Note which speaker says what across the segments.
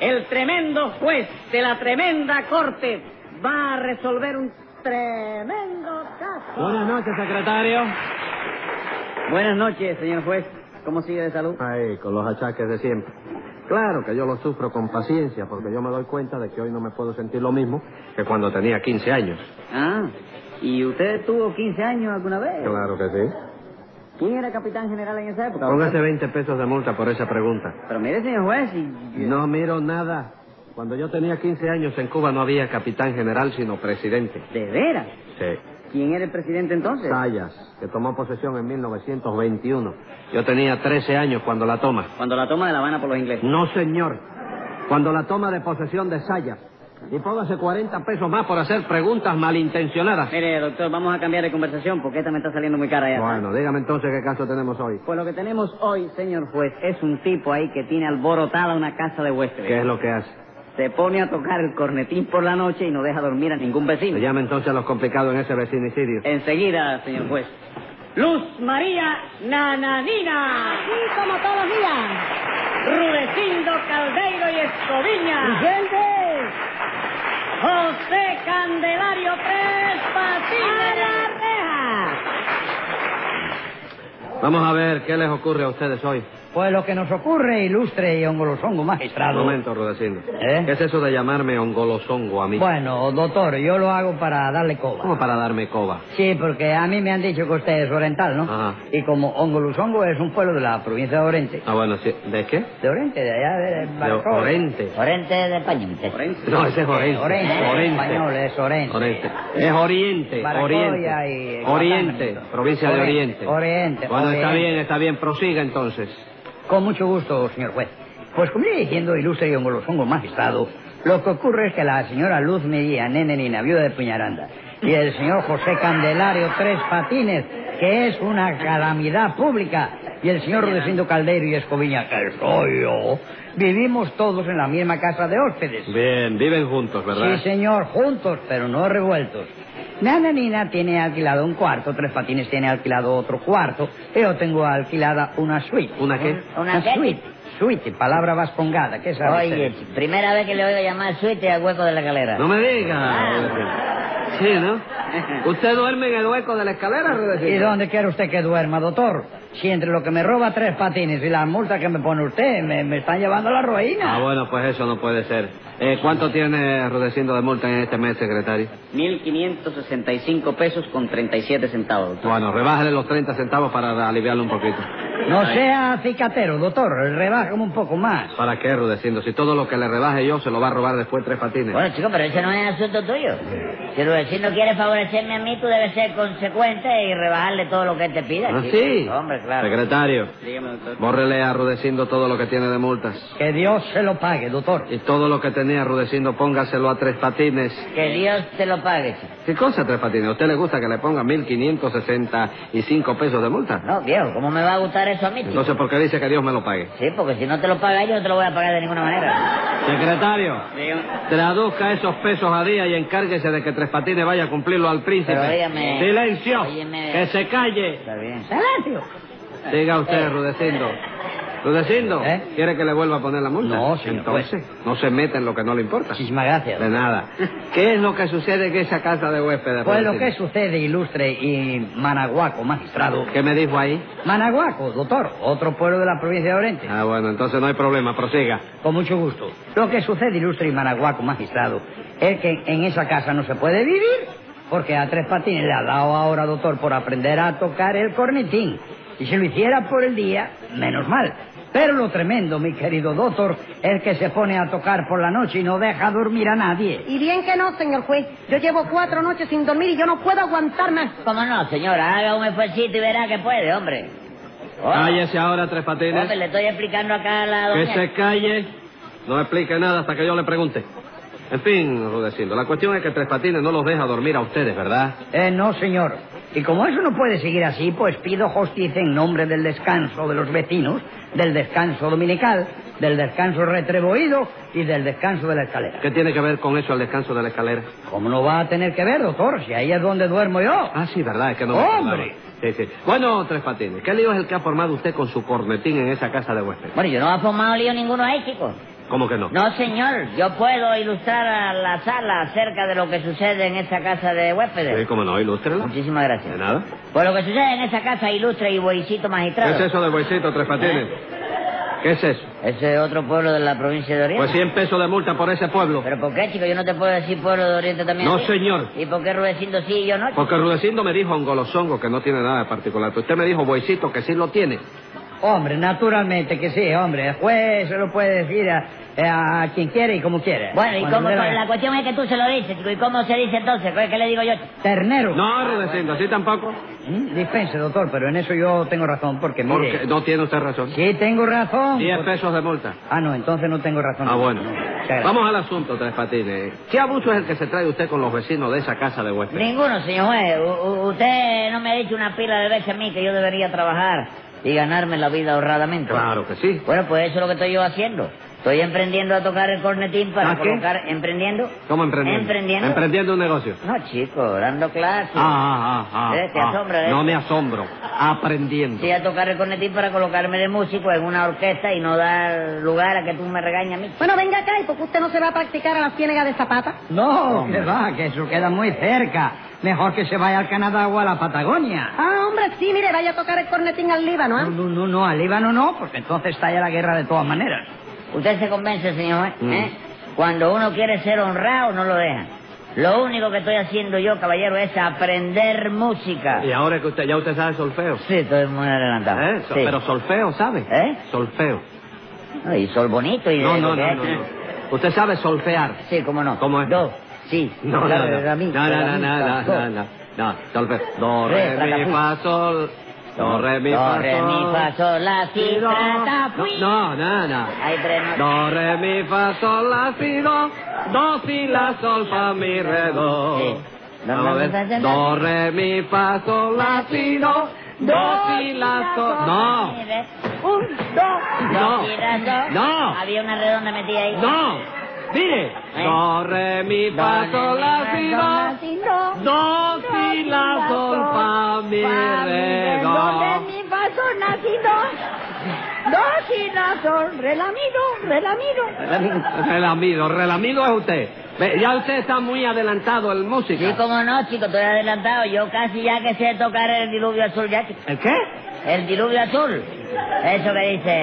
Speaker 1: El tremendo juez de la tremenda corte va a resolver un tremendo caso.
Speaker 2: Buenas noches, secretario.
Speaker 1: Buenas noches, señor juez. ¿Cómo sigue de salud?
Speaker 3: Ahí, con los achaques de siempre. Claro que yo lo sufro con paciencia, porque yo me doy cuenta de que hoy no me puedo sentir lo mismo que cuando tenía 15 años.
Speaker 1: Ah, ¿y usted tuvo 15 años alguna vez?
Speaker 3: Claro que sí.
Speaker 1: ¿Quién era capitán general en esa época?
Speaker 3: Póngase 20 pesos de multa por esa pregunta.
Speaker 1: Pero mire, señor juez, y...
Speaker 3: No miro nada. Cuando yo tenía 15 años en Cuba no había capitán general, sino presidente.
Speaker 1: ¿De veras?
Speaker 3: Sí.
Speaker 1: ¿Quién era el presidente entonces?
Speaker 3: Sayas, que tomó posesión en 1921. Yo tenía 13 años cuando la toma.
Speaker 1: Cuando la toma de La Habana por los ingleses.
Speaker 3: No, señor. Cuando la toma de posesión de Sayas. Y póngase 40 pesos más por hacer preguntas malintencionadas.
Speaker 1: Mire, doctor, vamos a cambiar de conversación porque esta me está saliendo muy cara ya.
Speaker 3: Bueno, dígame entonces qué caso tenemos hoy.
Speaker 1: Pues lo que tenemos hoy, señor juez, es un tipo ahí que tiene alborotada una casa de huéspedes.
Speaker 3: ¿Qué es lo que hace?
Speaker 1: Se pone a tocar el cornetín por la noche y no deja dormir a ningún vecino.
Speaker 3: Llame entonces a los complicados en ese vecinicidio.
Speaker 1: Enseguida, señor juez. Luz María Nananina.
Speaker 4: Así como todos los días.
Speaker 1: Rudecindo Caldeiro y Escoviña. José Candelario Tres
Speaker 4: ¡A
Speaker 1: Patines.
Speaker 4: la reja!
Speaker 3: Vamos a ver qué les ocurre a ustedes hoy.
Speaker 5: Pues lo que nos ocurre, ilustre y hongolosongo
Speaker 3: Un
Speaker 5: magistrado.
Speaker 3: momento, Rudecindo.
Speaker 5: ¿Eh?
Speaker 3: ¿Qué es eso de llamarme ongolosongo a mí?
Speaker 5: Bueno, doctor, yo lo hago para darle coba.
Speaker 3: ¿Cómo para darme coba?
Speaker 5: Sí, porque a mí me han dicho que usted es oriental, ¿no?
Speaker 3: Ajá.
Speaker 5: Y como Ongolusongo es un pueblo de la provincia de Oriente.
Speaker 3: Ah, bueno, sí. ¿De qué?
Speaker 5: De Oriente, de allá de... de
Speaker 3: De
Speaker 5: Baracol.
Speaker 3: Orente.
Speaker 4: Orente de Pañente.
Speaker 1: Lorenzo.
Speaker 3: No, ese es Orente.
Speaker 5: Orente,
Speaker 3: Orente.
Speaker 5: Eh, español, es Orente.
Speaker 3: Oriente. Es Oriente,
Speaker 5: Baracoya
Speaker 3: Oriente.
Speaker 5: y
Speaker 3: Oriente,
Speaker 5: Guantánamo.
Speaker 3: provincia de
Speaker 5: Oriente,
Speaker 3: Oriente.
Speaker 5: Oriente,
Speaker 3: Bueno, está
Speaker 5: Oriente.
Speaker 3: bien, está bien, prosiga entonces.
Speaker 5: Con mucho gusto, señor juez. Pues como le diciendo, ilustre y hongolosongo magistrado, lo que ocurre es que la señora Luz Medía, nene ni viuda de Puñaranda, y el señor José Candelario Tres Patines, que es una calamidad pública, y el señor Rudecindo Caldeiro y Escoviña, que soy yo, vivimos todos en la misma casa de hóspedes.
Speaker 3: Bien, viven juntos, ¿verdad?
Speaker 5: Sí, señor, juntos, pero no revueltos. Nana Nina tiene alquilado un cuarto, Tres Patines tiene alquilado otro cuarto, yo tengo alquilada una suite.
Speaker 3: ¿Una qué?
Speaker 4: ¿Una qué?
Speaker 5: suite. Suite, palabra vascongada, ¿qué sabe
Speaker 4: Oye,
Speaker 5: usted?
Speaker 4: primera vez que le oigo llamar suite al hueco de la calera.
Speaker 3: No me diga. Sí, ¿no? ¿Usted duerme en el hueco de la escalera,
Speaker 5: Ah. ¿Y
Speaker 3: Rudecindo?
Speaker 5: dónde quiere usted que duerma, doctor? Si entre lo que me roba Tres Patines y la multa que me pone usted, me, me están llevando a la ruina.
Speaker 3: Ah, bueno, pues eso no puede ser. Eh, ¿Cuánto tiene Rudecindo de multa en este mes, secretario?
Speaker 1: 1.565 pesos con 37 centavos, doctor.
Speaker 3: Bueno, rebájale los 30 centavos para aliviarlo un poquito.
Speaker 5: No sea cicatero, doctor, rebájame un poco más.
Speaker 3: ¿Para qué, Rudecindo? Si todo lo que le rebaje yo se lo va a robar después tres patines.
Speaker 4: Bueno, chico, pero ese no es asunto tuyo. Si lo vecino quiere favorecerme a mí, tú debes ser consecuente y rebajarle todo lo que él te pida.
Speaker 3: ¿Ah,
Speaker 4: chico.
Speaker 3: sí?
Speaker 4: Hombre, claro.
Speaker 3: Secretario,
Speaker 1: Dígame, doctor.
Speaker 3: bórrele a Rudecindo todo lo que tiene de multas.
Speaker 5: Que Dios se lo pague, doctor.
Speaker 3: Y todo lo que tenía Rudecindo, póngaselo a tres patines.
Speaker 4: Que Dios te lo pague, chico.
Speaker 3: ¿Qué cosa, tres patines? ¿A usted le gusta que le ponga 1.565 pesos de multa?
Speaker 4: No, viejo, ¿cómo me va a gustar eso a mí, chico?
Speaker 3: Entonces, ¿por qué dice que Dios me lo pague?
Speaker 4: Sí, porque si no te lo paga yo, no te lo voy a pagar de ninguna manera.
Speaker 3: Secretario,
Speaker 1: Dígame.
Speaker 3: traduzca esos pesos a día y encárguese de que Tres Patines vaya a cumplirlo al príncipe.
Speaker 4: Pero óigame-
Speaker 3: ¡Silencio!
Speaker 4: óyeme-
Speaker 3: ¡Que se calle!
Speaker 4: Está bien.
Speaker 5: ¡Silencio!
Speaker 3: Diga usted, Rudecindo. Rudecindo,
Speaker 5: ¿Eh?
Speaker 3: ¿quiere que le vuelva a poner la multa?
Speaker 5: No, señor
Speaker 3: Entonces, no se mete en lo que no le importa.
Speaker 5: Muchísimas gracias.
Speaker 3: De nada. ¿Qué es lo que sucede en esa casa de huéspedes?
Speaker 5: Pues lo
Speaker 3: Rudecindo?
Speaker 5: que sucede, ilustre y managuaco, magistrado.
Speaker 3: ¿Qué me dijo ahí?
Speaker 5: Managuaco, doctor, otro pueblo de la provincia de Oriente.
Speaker 3: Ah, bueno, entonces no hay problema, prosiga.
Speaker 5: Con mucho gusto. Lo que sucede, ilustre y managuaco, magistrado, es que en esa casa no se puede vivir, porque a Tres Patines le ha dado ahora, doctor, por aprender a tocar el cornetín. Y si lo hiciera por el día, menos mal. Pero lo tremendo, mi querido doctor, es que se pone a tocar por la noche y no deja dormir a nadie.
Speaker 6: Y bien que no, señor juez. Yo llevo cuatro noches sin dormir y yo no puedo aguantar más.
Speaker 4: ¿Cómo no, señora? Haga un esfuercito y verá que puede, hombre. Oh,
Speaker 5: Ah.
Speaker 3: Cállese ahora, Tres Patines.
Speaker 4: hombre, le estoy explicando acá a la
Speaker 3: Que
Speaker 4: doña.
Speaker 3: se calle, no explique nada hasta que yo le pregunte. En fin, Rudecindo, la cuestión es que Tres Patines no los deja dormir a ustedes, ¿verdad?
Speaker 5: Eh, no, señor. Y como eso no puede seguir así, pues pido justicia en nombre del descanso de los vecinos, del descanso dominical, del descanso retribuido y del descanso de la escalera.
Speaker 3: ¿Qué tiene que ver con eso el descanso de la escalera?
Speaker 5: ¿Cómo no va a tener que ver, doctor? Si ahí es donde duermo yo.
Speaker 3: Ah, sí, ¿verdad? Es que no me
Speaker 5: ¡Hombre!
Speaker 3: acordaba. Sí, sí. Bueno, Tres Patines, ¿qué lío es el que ha formado usted con su cornetín en esa casa de huéspedes?
Speaker 4: Bueno, yo no he formado lío ninguno ahí, chico.
Speaker 3: ¿Cómo que no?
Speaker 5: No, señor, yo puedo ilustrar a la sala acerca de lo que sucede en esta casa de
Speaker 3: Sí,
Speaker 5: huéspedes.
Speaker 3: cómo no, ilústrela.
Speaker 5: Muchísimas gracias.
Speaker 3: De nada.
Speaker 5: Por lo que sucede en esa casa, ilustre y boicito
Speaker 3: ¿Qué
Speaker 5: magistrado.
Speaker 3: es eso de huesito, Tres Patines? ¿Qué es eso?
Speaker 5: Ese es otro pueblo de la provincia de Oriente.
Speaker 3: Pues 100 pesos de multa por ese pueblo.
Speaker 5: Pero ¿por qué, chico? Yo no te puedo decir pueblo de Oriente también.
Speaker 3: No, Pues-
Speaker 5: ¿sí?
Speaker 3: señor.
Speaker 5: ¿Y por qué Rudecindo sí y yo no? chico?
Speaker 3: Porque Rudecindo me dijo angolosongo que no tiene nada de particular. Pero usted me dijo huesito que sí lo tiene.
Speaker 1: Hombre, naturalmente que sí, hombre. El juez se lo puede decir a, a quien quiera y como quiera.
Speaker 5: Bueno, ¿y
Speaker 1: Cuando
Speaker 5: cómo?
Speaker 1: le da-
Speaker 5: La cuestión es que tú se lo dices, chico. ¿Y cómo se dice entonces? ¿Qué qué le digo yo? chico?
Speaker 1: Ternero.
Speaker 3: No, Rudecindo, así tampoco.
Speaker 1: Mm, Dispense, doctor, pero en eso yo tengo razón, porque mire...
Speaker 3: Porque no tiene usted razón.
Speaker 1: Sí, tengo razón.
Speaker 3: 10
Speaker 1: porque-
Speaker 3: pesos de multa.
Speaker 1: Ah, no, entonces no tengo razón.
Speaker 3: Ah, bueno.
Speaker 1: No, muchas gracias.
Speaker 3: Vamos al asunto, Tres Patines. ¿Qué abuso es el que se trae usted con los vecinos de esa casa de huéspedes?
Speaker 5: Ninguno, señor juez. U- u- usted no me ha dicho una pila de veces a mí que yo debería trabajar y ganarme la vida ahorradamente.
Speaker 3: Claro que sí.
Speaker 5: Bueno, pues eso es lo que estoy yo haciendo. Estoy emprendiendo a tocar el cornetín para
Speaker 3: ¿Ah, qué?
Speaker 5: colocar... ¿Emprendiendo?
Speaker 3: ¿Cómo emprendiendo?
Speaker 5: ¿Emprendiendo?
Speaker 3: Emprendiendo un negocio.
Speaker 5: No, chico, dando clases.
Speaker 3: Ah, ah, ah, ah,
Speaker 5: Eh, te
Speaker 3: ah.
Speaker 5: asombra, ¿eh?
Speaker 3: No me asombro. Aprendiendo.
Speaker 5: Sí, a tocar el cornetín para colocarme de músico en una orquesta y no dar lugar a que tú me regañes a mí.
Speaker 6: Bueno, venga acá, ¿y por qué usted no se va a practicar a la ciénaga de Zapata?
Speaker 1: No, que va, que eso queda muy cerca. Mejor que se vaya al Canadá o a la Patagonia.
Speaker 6: Ah, hombre, sí, mire, vaya a tocar el cornetín al Líbano,
Speaker 1: No,
Speaker 6: ¿ah?
Speaker 1: no, no, no, al Líbano no, porque entonces está ya la guerra de todas maneras.
Speaker 5: Usted se convence, señor, ¿eh?
Speaker 3: Mm.
Speaker 5: ¿Eh? Cuando uno quiere ser honrado, no lo dejan. Lo único que estoy haciendo yo, caballero, es aprender música.
Speaker 3: Y ahora que usted ya usted sabe solfeo.
Speaker 5: Sí, estoy muy adelantado.
Speaker 3: ¿Eh? So-
Speaker 5: Sí.
Speaker 3: Pero solfeo, ¿sabe?
Speaker 5: ¿Eh?
Speaker 3: Solfeo.
Speaker 5: No, y sol bonito y... de
Speaker 3: No,
Speaker 5: lo
Speaker 3: no,
Speaker 5: que
Speaker 3: no,
Speaker 5: hay
Speaker 3: no,
Speaker 5: que-
Speaker 3: no. Usted sabe solfear.
Speaker 5: Sí, cómo no.
Speaker 3: ¿Cómo es?
Speaker 5: Do, sí.
Speaker 3: No, no, no.
Speaker 5: la,
Speaker 3: No,
Speaker 5: la, mi,
Speaker 3: no,
Speaker 5: la,
Speaker 3: no, no,
Speaker 5: mi,
Speaker 3: no,
Speaker 5: fa, do.
Speaker 3: no, no. No, solfeo. Do,
Speaker 5: Re,
Speaker 3: re, mi,
Speaker 5: tracapu.
Speaker 3: fa, sol. Do, re, mi,
Speaker 5: Do,
Speaker 3: fa,
Speaker 5: re, mi, fa,
Speaker 3: sol.
Speaker 5: sol, la, si,
Speaker 3: Si, do.
Speaker 5: tra, ta, fui.
Speaker 3: No, no, no.
Speaker 5: Hay tres notas.
Speaker 3: Do, re, mi, fa, sol, la, si, do. Do, si, la, sol, fa, mi, re, do.
Speaker 5: Sí.
Speaker 3: Vamos a ver. Do, re, mi, fa, sol, la, si, do. Do, si, la, sol. No.
Speaker 5: Un, dos,
Speaker 3: No.
Speaker 5: dos, y las dos.
Speaker 3: No.
Speaker 5: Había una redonda metida ahí.
Speaker 3: No, mire.
Speaker 5: ¿Eh?
Speaker 3: Do, re, mi, fa, sol, la, si, do. Do, si, la, sol, fa, mi, re, do.
Speaker 6: mi paso nacido. Dos y la sol, relamido, relamido.
Speaker 3: Relamido, relamido es usted. Ve, Ya usted está muy adelantado en música.
Speaker 5: Sí, cómo no, chico, estoy adelantado. Yo casi ya que sé tocar el diluvio azul ya, chico.
Speaker 3: ¿El qué?
Speaker 5: El diluvio azul. Eso que dice...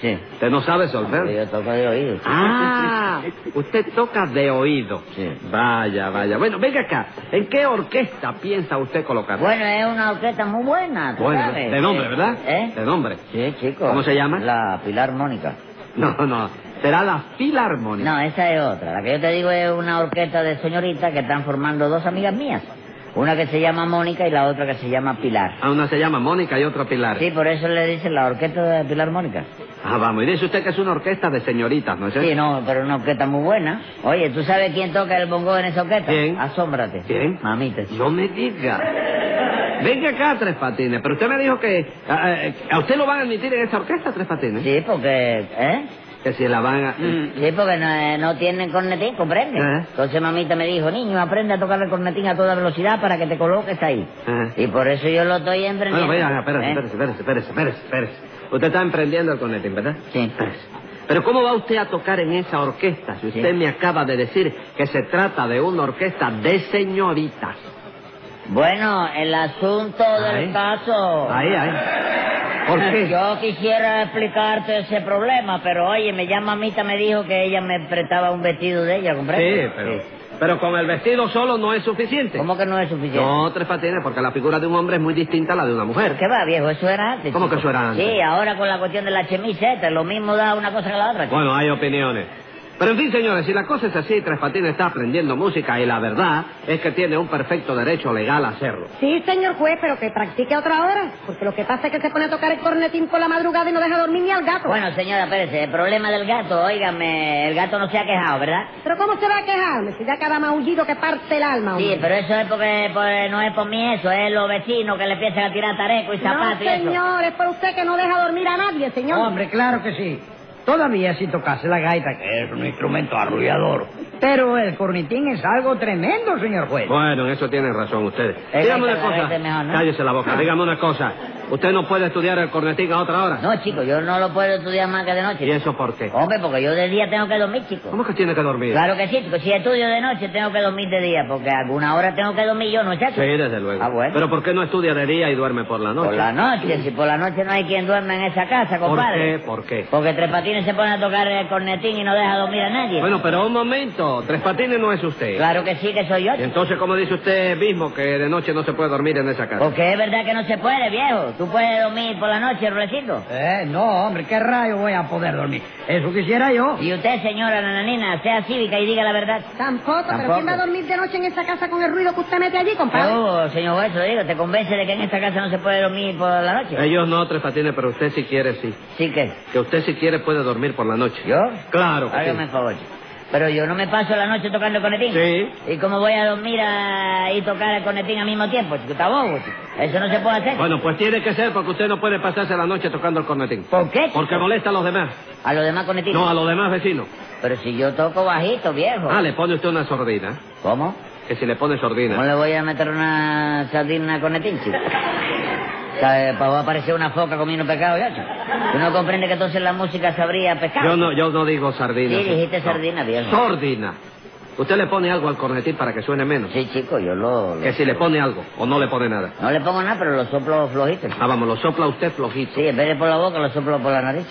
Speaker 5: Sí.
Speaker 3: ¿Usted no sabe
Speaker 5: Porque
Speaker 3: solfear?
Speaker 5: Yo toco de oído. chico.
Speaker 3: Ah, usted toca de oído.
Speaker 5: Sí.
Speaker 3: Vaya, vaya. Bueno, venga acá. ¿En qué orquesta piensa usted colocar?
Speaker 5: Bueno, es una orquesta muy buena, ¿tú
Speaker 3: Ah. Bueno,
Speaker 5: sabes?
Speaker 3: de nombre,
Speaker 5: Sí.
Speaker 3: ¿verdad?
Speaker 5: ¿Eh?
Speaker 3: De nombre.
Speaker 5: Sí, chico.
Speaker 3: ¿Cómo se llama?
Speaker 5: La Pilar Mónica.
Speaker 3: No, no. Será la Filarmónica.
Speaker 5: No, esa es otra. La que yo te digo es una orquesta de señoritas que están formando dos amigas mías. Una que se llama Mónica y la otra que se llama Pilar.
Speaker 3: A una se llama Mónica y otra Pilar.
Speaker 5: Sí, por eso le dicen la orquesta de Pilar Mónica.
Speaker 3: Ah, vamos. Y dice usted que es una orquesta de señoritas, ¿no es
Speaker 5: Sí,
Speaker 3: eso?
Speaker 5: no, pero una orquesta muy buena. Oye, ¿tú sabes quién toca el bongo en esa orquesta?
Speaker 3: ¿Quién?
Speaker 5: Asómbrate.
Speaker 3: ¿Quién?
Speaker 5: Mamita. chico.
Speaker 3: No me diga. Venga acá, Tres Patines. Pero usted me dijo que... ah, eh, ¿A usted lo van a admitir en esa orquesta, Tres Patines?
Speaker 5: Sí, porque... ¿Eh?
Speaker 3: Que si la van a... Mm.
Speaker 5: Sí, porque no, eh, no tienen cornetín, comprende.
Speaker 3: Ah.
Speaker 5: Entonces mamita me dijo, niño, aprende a tocar el cornetín a toda velocidad para que te coloques ahí.
Speaker 3: Ah.
Speaker 5: Y por eso yo lo estoy
Speaker 3: Bueno,
Speaker 5: emprendiendo.
Speaker 3: vaya, espérese,
Speaker 5: ¿eh?
Speaker 3: espérese, espérese, espérese, espérese, espérese. Usted está emprendiendo el cornetín, ¿verdad?
Speaker 5: Sí.
Speaker 3: Espérese. Pero ¿cómo va usted a tocar en esa orquesta si usted
Speaker 5: Sí.
Speaker 3: me acaba de decir que se trata de una orquesta de señoritas?
Speaker 5: Bueno, el asunto
Speaker 3: Ahí.
Speaker 5: del caso...
Speaker 3: Ahí, ahí. ¿Por qué?
Speaker 5: Yo quisiera explicarte ese problema, pero oye, me llama mamita, me dijo que ella me prestaba un vestido de ella, ¿comprende?
Speaker 3: Sí, pero, pero con el vestido solo no es suficiente.
Speaker 5: ¿Cómo que no es suficiente?
Speaker 3: No, Tres Patines, porque la figura de un hombre es muy distinta a la de una mujer.
Speaker 5: ¿Qué va, viejo? Eso era antes.
Speaker 3: ¿Cómo
Speaker 5: chico.
Speaker 3: que eso era antes?
Speaker 5: Sí, ahora con la cuestión de la chemiseta, lo mismo da una cosa que la otra. chico.
Speaker 3: Bueno, hay opiniones. Pero en fin, señores, si la cosa es así, Tres Patines está aprendiendo música y la verdad es que tiene un perfecto derecho legal a hacerlo.
Speaker 6: Sí, señor juez, pero que practique a otra hora. Porque lo que pasa es que se pone a tocar el cornetín por la madrugada y no deja dormir ni al gato.
Speaker 5: Bueno, señora Pérez, el problema del gato, óigame, el gato no se ha quejado, ¿verdad?
Speaker 6: Pero ¿cómo se va a quejarme si da cada maullido que parte el alma?
Speaker 5: Sí,
Speaker 6: hombre?
Speaker 5: pero eso es porque, porque no es por mí eso, es los vecinos que le empiezan a tirar tareco y
Speaker 6: no,
Speaker 5: zapatos y eso.
Speaker 6: señor, es por usted que no deja dormir a nadie, señor.
Speaker 1: Hombre, claro que sí. Todavía si tocase la gaita, que es un instrumento arrullador. Pero el cornitín es algo tremendo, señor juez.
Speaker 3: Bueno, en eso tienen razón ustedes.
Speaker 5: Es
Speaker 3: Dígame
Speaker 5: que
Speaker 3: una
Speaker 5: cada
Speaker 3: cosa.
Speaker 5: vez es mejor, ¿no? Ah.
Speaker 3: Cállese la boca. Dígame una cosa. ¿Usted no puede estudiar el cornetín a otra hora?
Speaker 5: No, chico, yo no lo puedo estudiar más que Oh. de
Speaker 3: ¿Y
Speaker 5: noche.
Speaker 3: eso por qué?
Speaker 5: Hombre, porque yo de día tengo que dormir, chico.
Speaker 3: ¿Cómo que tiene que dormir?
Speaker 5: Claro que sí, chico. Si estudio de noche, tengo que dormir de día, porque alguna hora tengo que dormir yo, ¿no es
Speaker 3: Sí,
Speaker 5: cierto?
Speaker 3: desde luego.
Speaker 5: Ah, bueno.
Speaker 3: Pero ¿por qué no estudia de día y duerme por la noche?
Speaker 5: Por la noche, si por la noche no hay quien duerma en esa casa,
Speaker 3: ¿Por
Speaker 5: compadre.
Speaker 3: qué? ¿Por qué?
Speaker 5: Porque Tres Patines se pone a tocar el cornetín y no deja dormir a nadie.
Speaker 3: Bueno, pero un momento. Tres Patines no es usted.
Speaker 5: Claro que sí que soy yo,
Speaker 3: Y
Speaker 5: chico.
Speaker 3: entonces, ¿cómo dice usted mismo que de noche no se puede dormir en esa casa?
Speaker 5: Porque es verdad que no se puede, viejo. Tú puedes dormir por la noche, Rulecito.
Speaker 1: Eh, no, hombre, ¿qué rayo voy a poder dormir? Eso quisiera yo.
Speaker 5: Y usted, señora Nananina, sea cívica y diga la verdad.
Speaker 6: Tampoco, pero
Speaker 5: Tampoco.
Speaker 6: ¿quién va a dormir de noche en esa casa con el ruido que usted mete allí, compadre?
Speaker 5: Oh, señor juez, lo digo, ¿te convence de que en esta casa no se puede dormir por la noche?
Speaker 3: Ellos no, Tres Patines, pero usted si quiere, sí.
Speaker 5: Sí que,
Speaker 3: Que usted si quiere puede dormir por la noche.
Speaker 5: ¿yo?
Speaker 3: Claro que
Speaker 5: Hágame
Speaker 3: sí.
Speaker 5: el favor. chico. Pero yo no me paso la noche tocando el conetín.
Speaker 3: Sí.
Speaker 5: ¿Y cómo voy a dormir a... y tocar el conetín al mismo tiempo? Chico, está bobo, chico. Eso no se puede hacer.
Speaker 3: Bueno, pues tiene que ser porque usted no puede pasarse la noche tocando el cornetín.
Speaker 5: ¿Por qué? chico?
Speaker 3: Porque molesta a los demás.
Speaker 5: A los demás conetines.
Speaker 3: No, a los demás vecinos.
Speaker 5: Pero si yo toco bajito, viejo.
Speaker 3: Ah, le pone usted una sordina.
Speaker 5: ¿Cómo?
Speaker 3: Que si le pone
Speaker 5: ¿Cómo
Speaker 3: sordina.
Speaker 5: le voy a meter una sardina con netín, chico? ¿Sabe? Para va a parecer una foca comiendo pescado, ya, chico. ¿Tú no comprendes que entonces la música sabría a pescado?
Speaker 3: Yo no, yo no digo sardina.
Speaker 5: Sí, dijiste
Speaker 3: No.
Speaker 5: sardina, viejo.
Speaker 3: Sordina. Usted le pone algo al cornetín para que suene menos.
Speaker 5: Sí, chico, yo lo... lo-
Speaker 3: Que si le pone algo o no le pone nada.
Speaker 5: No le pongo nada, pero lo soplo flojito. chico.
Speaker 3: Ah, vamos, lo sopla usted flojito.
Speaker 5: Sí, en vez de por la boca, lo soplo por la nariz.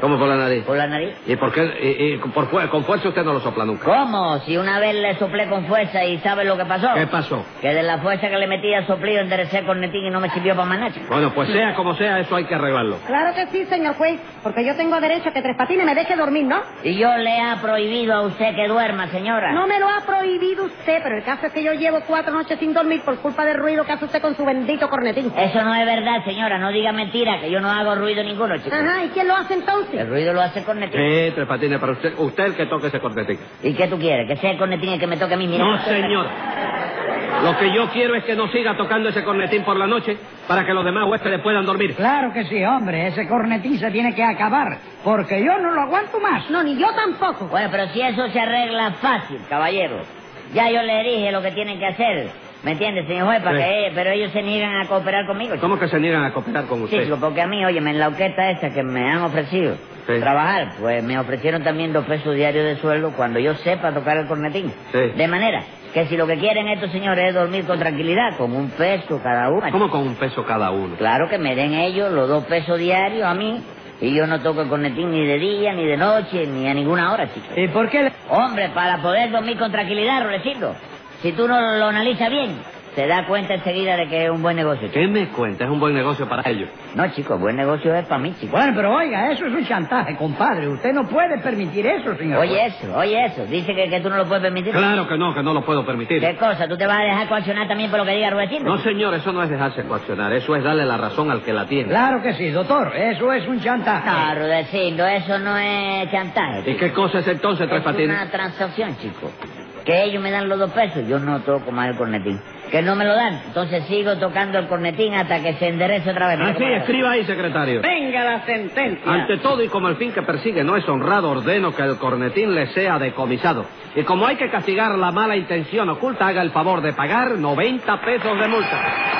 Speaker 3: ¿Cómo por la nariz?
Speaker 5: Por la nariz.
Speaker 3: ¿Y por qué? Y, y por fu- con fuerza usted no lo sopla nunca.
Speaker 5: ¿Cómo? Si una vez le soplé con fuerza y ¿sabes lo que pasó?
Speaker 3: ¿Qué pasó?
Speaker 5: Que de la fuerza que le metía soplido enderecé con netín y no me sirvió para maná, chico.
Speaker 3: Bueno, pues sea como sea, eso hay que arreglarlo.
Speaker 6: Claro que sí, señor juez, porque yo tengo derecho a que Tres Patines me deje dormir, ¿no?
Speaker 5: Y yo le ha prohibido a usted que duerma, señora.
Speaker 6: No me lo ha prohibido usted, pero el caso es que yo llevo cuatro noches sin dormir por culpa del ruido que hace usted con su bendito cornetín.
Speaker 5: Eso no es verdad, señora. No diga mentira, que yo no hago ruido ninguno, chico.
Speaker 6: Ajá, ¿y quién lo hace entonces?
Speaker 5: El ruido lo hace Cornetín.
Speaker 3: Sí, Tres Patines, para usted, usted el que toque ese cornetín.
Speaker 5: ¿Y qué tú quieres? ¿Que sea el Cornetín el que me toque a mí? Mira,
Speaker 3: No, señor. Lo que yo quiero es que no siga tocando ese cornetín por la noche para que los demás huéspedes puedan dormir.
Speaker 1: Claro que sí, hombre, ese cornetín se tiene que acabar, porque yo no lo aguanto más.
Speaker 6: No, ni yo tampoco.
Speaker 5: Bueno, pero si eso se arregla fácil, caballero. Ya yo le dije lo que tienen que hacer. ¿Me entiendes, señor juez? Para
Speaker 3: Sí.
Speaker 5: que- pero ellos se niegan a cooperar conmigo. chico.
Speaker 3: ¿Cómo que se niegan a cooperar con
Speaker 5: Sí,
Speaker 3: usted?
Speaker 5: chico, porque a mí, óyeme, en la orquesta esa que me han ofrecido
Speaker 3: Sí.
Speaker 5: trabajar, pues me ofrecieron también dos pesos diarios de sueldo cuando yo sepa tocar el cornetín.
Speaker 3: Sí.
Speaker 5: De manera que si lo que quieren estos señores es dormir con tranquilidad, con un peso cada uno.
Speaker 3: ¿Cómo con un peso cada uno?
Speaker 5: Claro que me den ellos los dos pesos diarios a mí y yo no toco el cornetín ni de día, ni de noche, ni a ninguna hora, chico.
Speaker 1: ¿Y por qué? le-
Speaker 5: Hombre, para poder dormir con tranquilidad, Rolecito, si tú no lo analizas bien, te das cuenta enseguida de que es un buen negocio, chico.
Speaker 3: ¿Qué me cuenta? Es un buen negocio para ellos.
Speaker 5: No, chico, buen negocio es para mí, chico.
Speaker 1: Bueno, pero oiga, eso es un chantaje, compadre. Usted no puede permitir eso, señor.
Speaker 5: Oye
Speaker 1: juez.
Speaker 5: eso, oye eso. Dice que, que tú no lo puedes permitir.
Speaker 3: pues. Claro que no, que no lo puedo permitir.
Speaker 5: ¿Qué cosa? ¿Tú te vas a dejar coaccionar también por lo que diga Rolecito?
Speaker 3: No, señor, eso no es dejarse coaccionar, eso es darle la razón al que la tiene.
Speaker 1: Claro que sí, doctor, eso es un chantaje.
Speaker 5: No, Rudecindo, eso no es chantaje.
Speaker 3: ¿Y qué cosa es entonces, Tres
Speaker 5: Es
Speaker 3: Patines?
Speaker 5: una transacción, chico. Que ellos me dan los dos pesos, yo no toco más el cornetín. Que no me lo dan, entonces sigo tocando el cornetín hasta que se enderece otra vez.
Speaker 3: Así, Ah, escriba ahí, secretario.
Speaker 7: Venga la sentencia.
Speaker 3: Ante todo y como el fin que persigue no es honrado, ordeno que el cornetín le sea decomisado. Y como hay que castigar la mala intención oculta, haga el favor de pagar 90 pesos de multa.